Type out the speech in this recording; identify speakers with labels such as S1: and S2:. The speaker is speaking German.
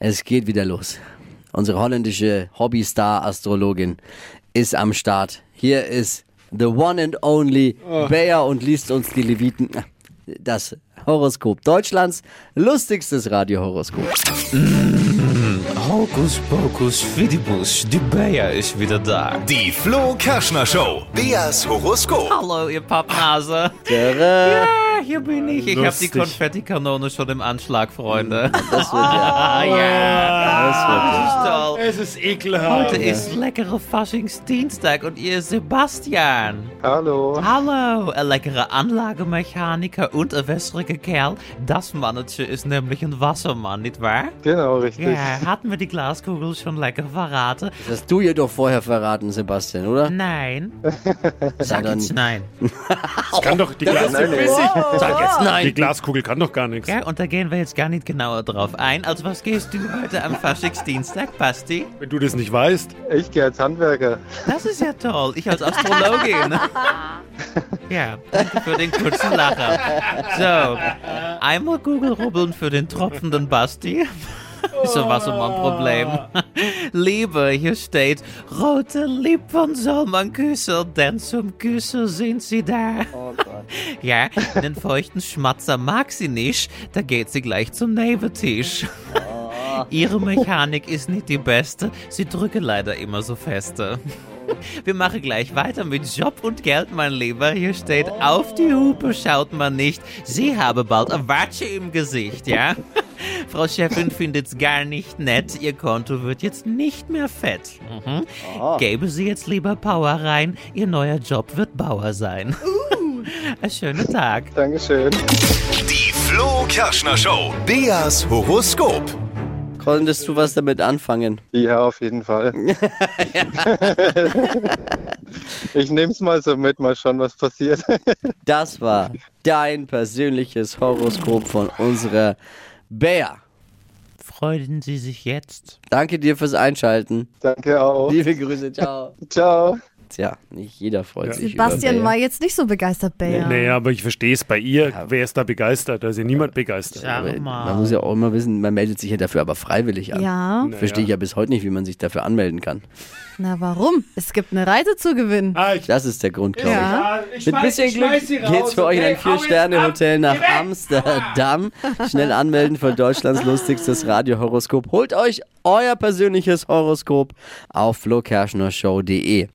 S1: Es geht wieder los. Unsere holländische Hobbystar-Astrologin ist am Start. Hier ist the one and only Bayer und liest uns die Leviten. Das Horoskop Deutschlands, lustigstes Radiohoroskop.
S2: Hokus pokus fidibus, die Bayer ist wieder da.
S3: Die Flo Kerschner Show. Beas Horoskop.
S2: Hallo, ihr Pappnase.
S1: Tada.
S2: Ah, hier bin ich. Ich habe die
S4: Lustig.
S2: Konfettikanone schon im Anschlag, Freunde.
S1: Das wird ja.
S2: Ah, ja.
S1: Das
S2: Das ist toll.
S4: Es ist ekelhaft.
S2: Heute ist leckere Faschingsdienstag und ihr Sebastian.
S5: Hallo.
S2: Hallo, ein leckerer Anlagemechaniker und ein wässriger Kerl. Das Mannetje ist nämlich ein Wassermann, nicht wahr?
S5: Genau, richtig.
S2: Ja, hat mir die Glaskugel schon lecker verraten.
S1: wird, das hast du ihr doch vorher verraten, Sebastian, oder?
S2: Nein. Sag
S1: dann-
S2: jetzt nein.
S4: Das kann doch die, Glas
S5: Nein, nee.
S2: Sag jetzt nein.
S4: die Glaskugel kann doch gar nichts.
S2: Ja, und da gehen wir jetzt gar nicht genauer drauf ein. Also was gehst du heute am Faschingsdienstag, Basti?
S4: Wenn du das nicht weißt,
S5: Ich gehe als Handwerker.
S2: Das ist ja toll. Ich als Astrologin. Ja, danke für den kurzen Lacher. So, einmal Kugelrubbeln für den tropfenden Basti. So was um ein Problem. Liebe, hier steht, rote Lippen soll man küssen, denn zum Küssen sind sie da. Ja, den feuchten Schmatzer mag sie nicht, da geht sie gleich zum Nebentisch. Ihre Mechanik ist nicht die beste, sie drücke leider immer so feste. Wir machen gleich weiter mit Job und Geld, mein Lieber. Hier steht, auf die Hupe schaut man nicht. Sie habe bald eine Watsche im Gesicht, ja? Frau Chefin findet's gar nicht nett. Ihr Konto wird jetzt nicht mehr fett. Mhm. Gäbe Sie jetzt lieber Power rein. Ihr neuer Job wird Bauer sein. Ein schöner Tag.
S5: Dankeschön.
S3: Die Flo Kerschner Show. Beas Horoskop.
S1: Konntest du was damit anfangen?
S5: Ja, auf jeden Fall. ich nehme es mal so mit, mal schauen, was passiert.
S1: Das war dein persönliches Horoskop von unserer Bär.
S2: Freuen Sie sich jetzt.
S1: Danke dir fürs Einschalten.
S5: Danke auch.
S1: Liebe Grüße, ciao.
S5: Ciao. Tja.
S1: Tja, nicht jeder freut sich.
S6: Bastian
S1: über
S6: war
S1: Bär.
S6: jetzt nicht so begeistert, Bayer.
S4: nee, aber ich verstehe es. Bei ihr, wer ist da begeistert? Da ist ja niemand begeistert.
S2: Schau
S1: Man
S2: mal.
S1: muss ja auch immer wissen, man meldet sich ja dafür aber freiwillig an.
S6: Ja,
S4: Naja.
S1: Verstehe ich ja bis heute nicht, wie man sich dafür anmelden kann.
S6: na warum? Es gibt eine Reise zu gewinnen.
S4: Ah, ich,
S1: Das ist der Grund, glaube ich.
S6: Ja.
S1: Mit bisschen Glück geht's für euch in ein Vier-Sterne-Hotel nach Amsterdam. Schnell anmelden für Deutschlands lustigstes Radiohoroskop. Holt euch euer persönliches Horoskop auf flokerschnershow.de.